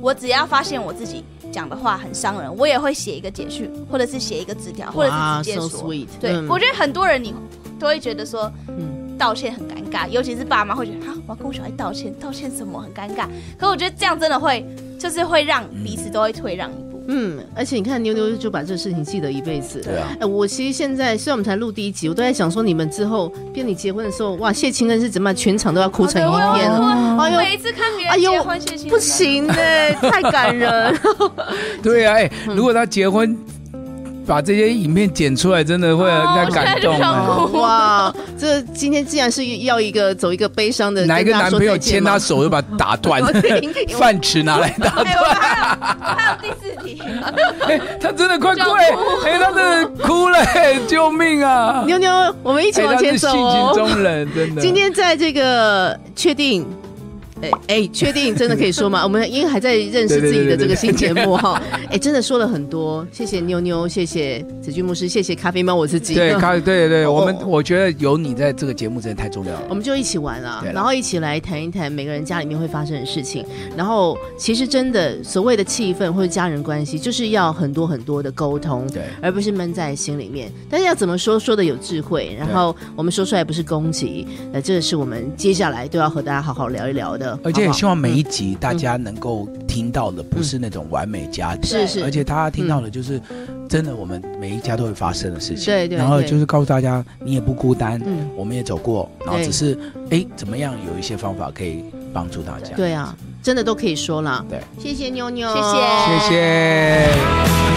S4: 我只要发现我自己。讲的话很伤人，我也会写一个简讯，或者是写一个纸条，或者
S2: 哇
S4: 是直接
S2: so
S4: 说。
S2: sweet，
S4: 对，
S2: 嗯
S4: 我觉得很多人你都会觉得说
S2: 嗯
S4: 道歉很尴尬，尤其是爸妈会觉得啊，我要跟我小孩道歉，道歉什么很尴尬。可我觉得这样真的会，就是会让彼此都会退让一步。
S2: 嗯，而且你看妞妞就把这个事情记得一辈子。
S3: 对啊，
S2: 哎，我其实现在虽然我们才录第一集，我都在想说你们之后，变你结婚的时候，哇，谢青恩是怎么样全场都要哭成
S4: 哦对我
S2: 一片
S4: 有
S2: 了，
S4: 我
S2: 哎呦
S4: 每一次看别
S2: 哎
S4: 人
S2: 呦
S4: 结婚谢谢，
S2: 不行呢、太
S3: (laughs)
S2: 感人。
S3: 对啊，哎，如果他结婚，把这些影片剪出来，真的会
S4: 哦
S3: 让人家
S4: 我现在
S3: 感
S4: 就
S3: 动
S4: 想
S3: 哎。
S2: (laughs)
S4: 哭
S2: 哇，这今天既然是要一个走一个悲伤的，
S3: 拿一个
S2: 跟大家
S3: 男
S2: 说
S3: 朋友
S2: 再见
S3: 牵他
S2: 吗
S3: 手就把他打断
S2: (laughs) 我，听听
S3: 饭匙拿来
S2: (laughs)
S3: 打
S4: 哎，我
S3: 断，
S4: 还有还有第四题，
S3: 哎，他真的快
S4: 想
S3: 哭了，哎，他真的哭了，哎救命啊！
S2: 妞妞，我们一起
S3: 哎，
S2: 往
S3: 他
S2: 前
S3: 是
S2: 走
S3: 性情
S2: 哦。
S3: 中人，真的。
S2: 今天在这个确定。哎哎，确定真的可以说吗？我们因为还在认识自己的这个新节目哈，哎，真的说了很多，谢谢妞妞，谢谢子君牧师，谢谢咖啡猫我自己， (laughs)
S3: 对，咖对对对，我们
S2: 哦
S3: 我觉得有你在这个节目真的太重要了。
S2: 我们就一起玩啊
S3: 对，啦
S2: 然后一起来谈一谈每个人家里面会发生的事情。然后其实真的所谓的气氛或者家人关系，就是要很多很多的沟通，
S3: 对
S2: 而不是闷在心里面。但是要怎么说，说的有智慧，然后我们说出来不是攻击，呃，这是我们接下来都要和大家好好聊一聊的。
S3: 而且
S2: 好嗯
S3: 也
S2: 不好
S3: 希望每一集大家能够听到的不是那种完美家庭，
S2: 嗯是是，
S3: 而且大家听到的就是真的我们每一家都会发生的事情。
S2: 对对
S3: 然后
S2: 对
S3: 就是告诉大家，你也不孤单，
S2: 嗯
S3: 我们也走过，然后
S2: 对
S3: 只是哎怎么样有一些方法可以帮助大家。
S2: 对啊，真的都可以说啦。
S3: 对，
S2: 谢谢妞妞，
S4: 谢谢，
S3: 谢谢。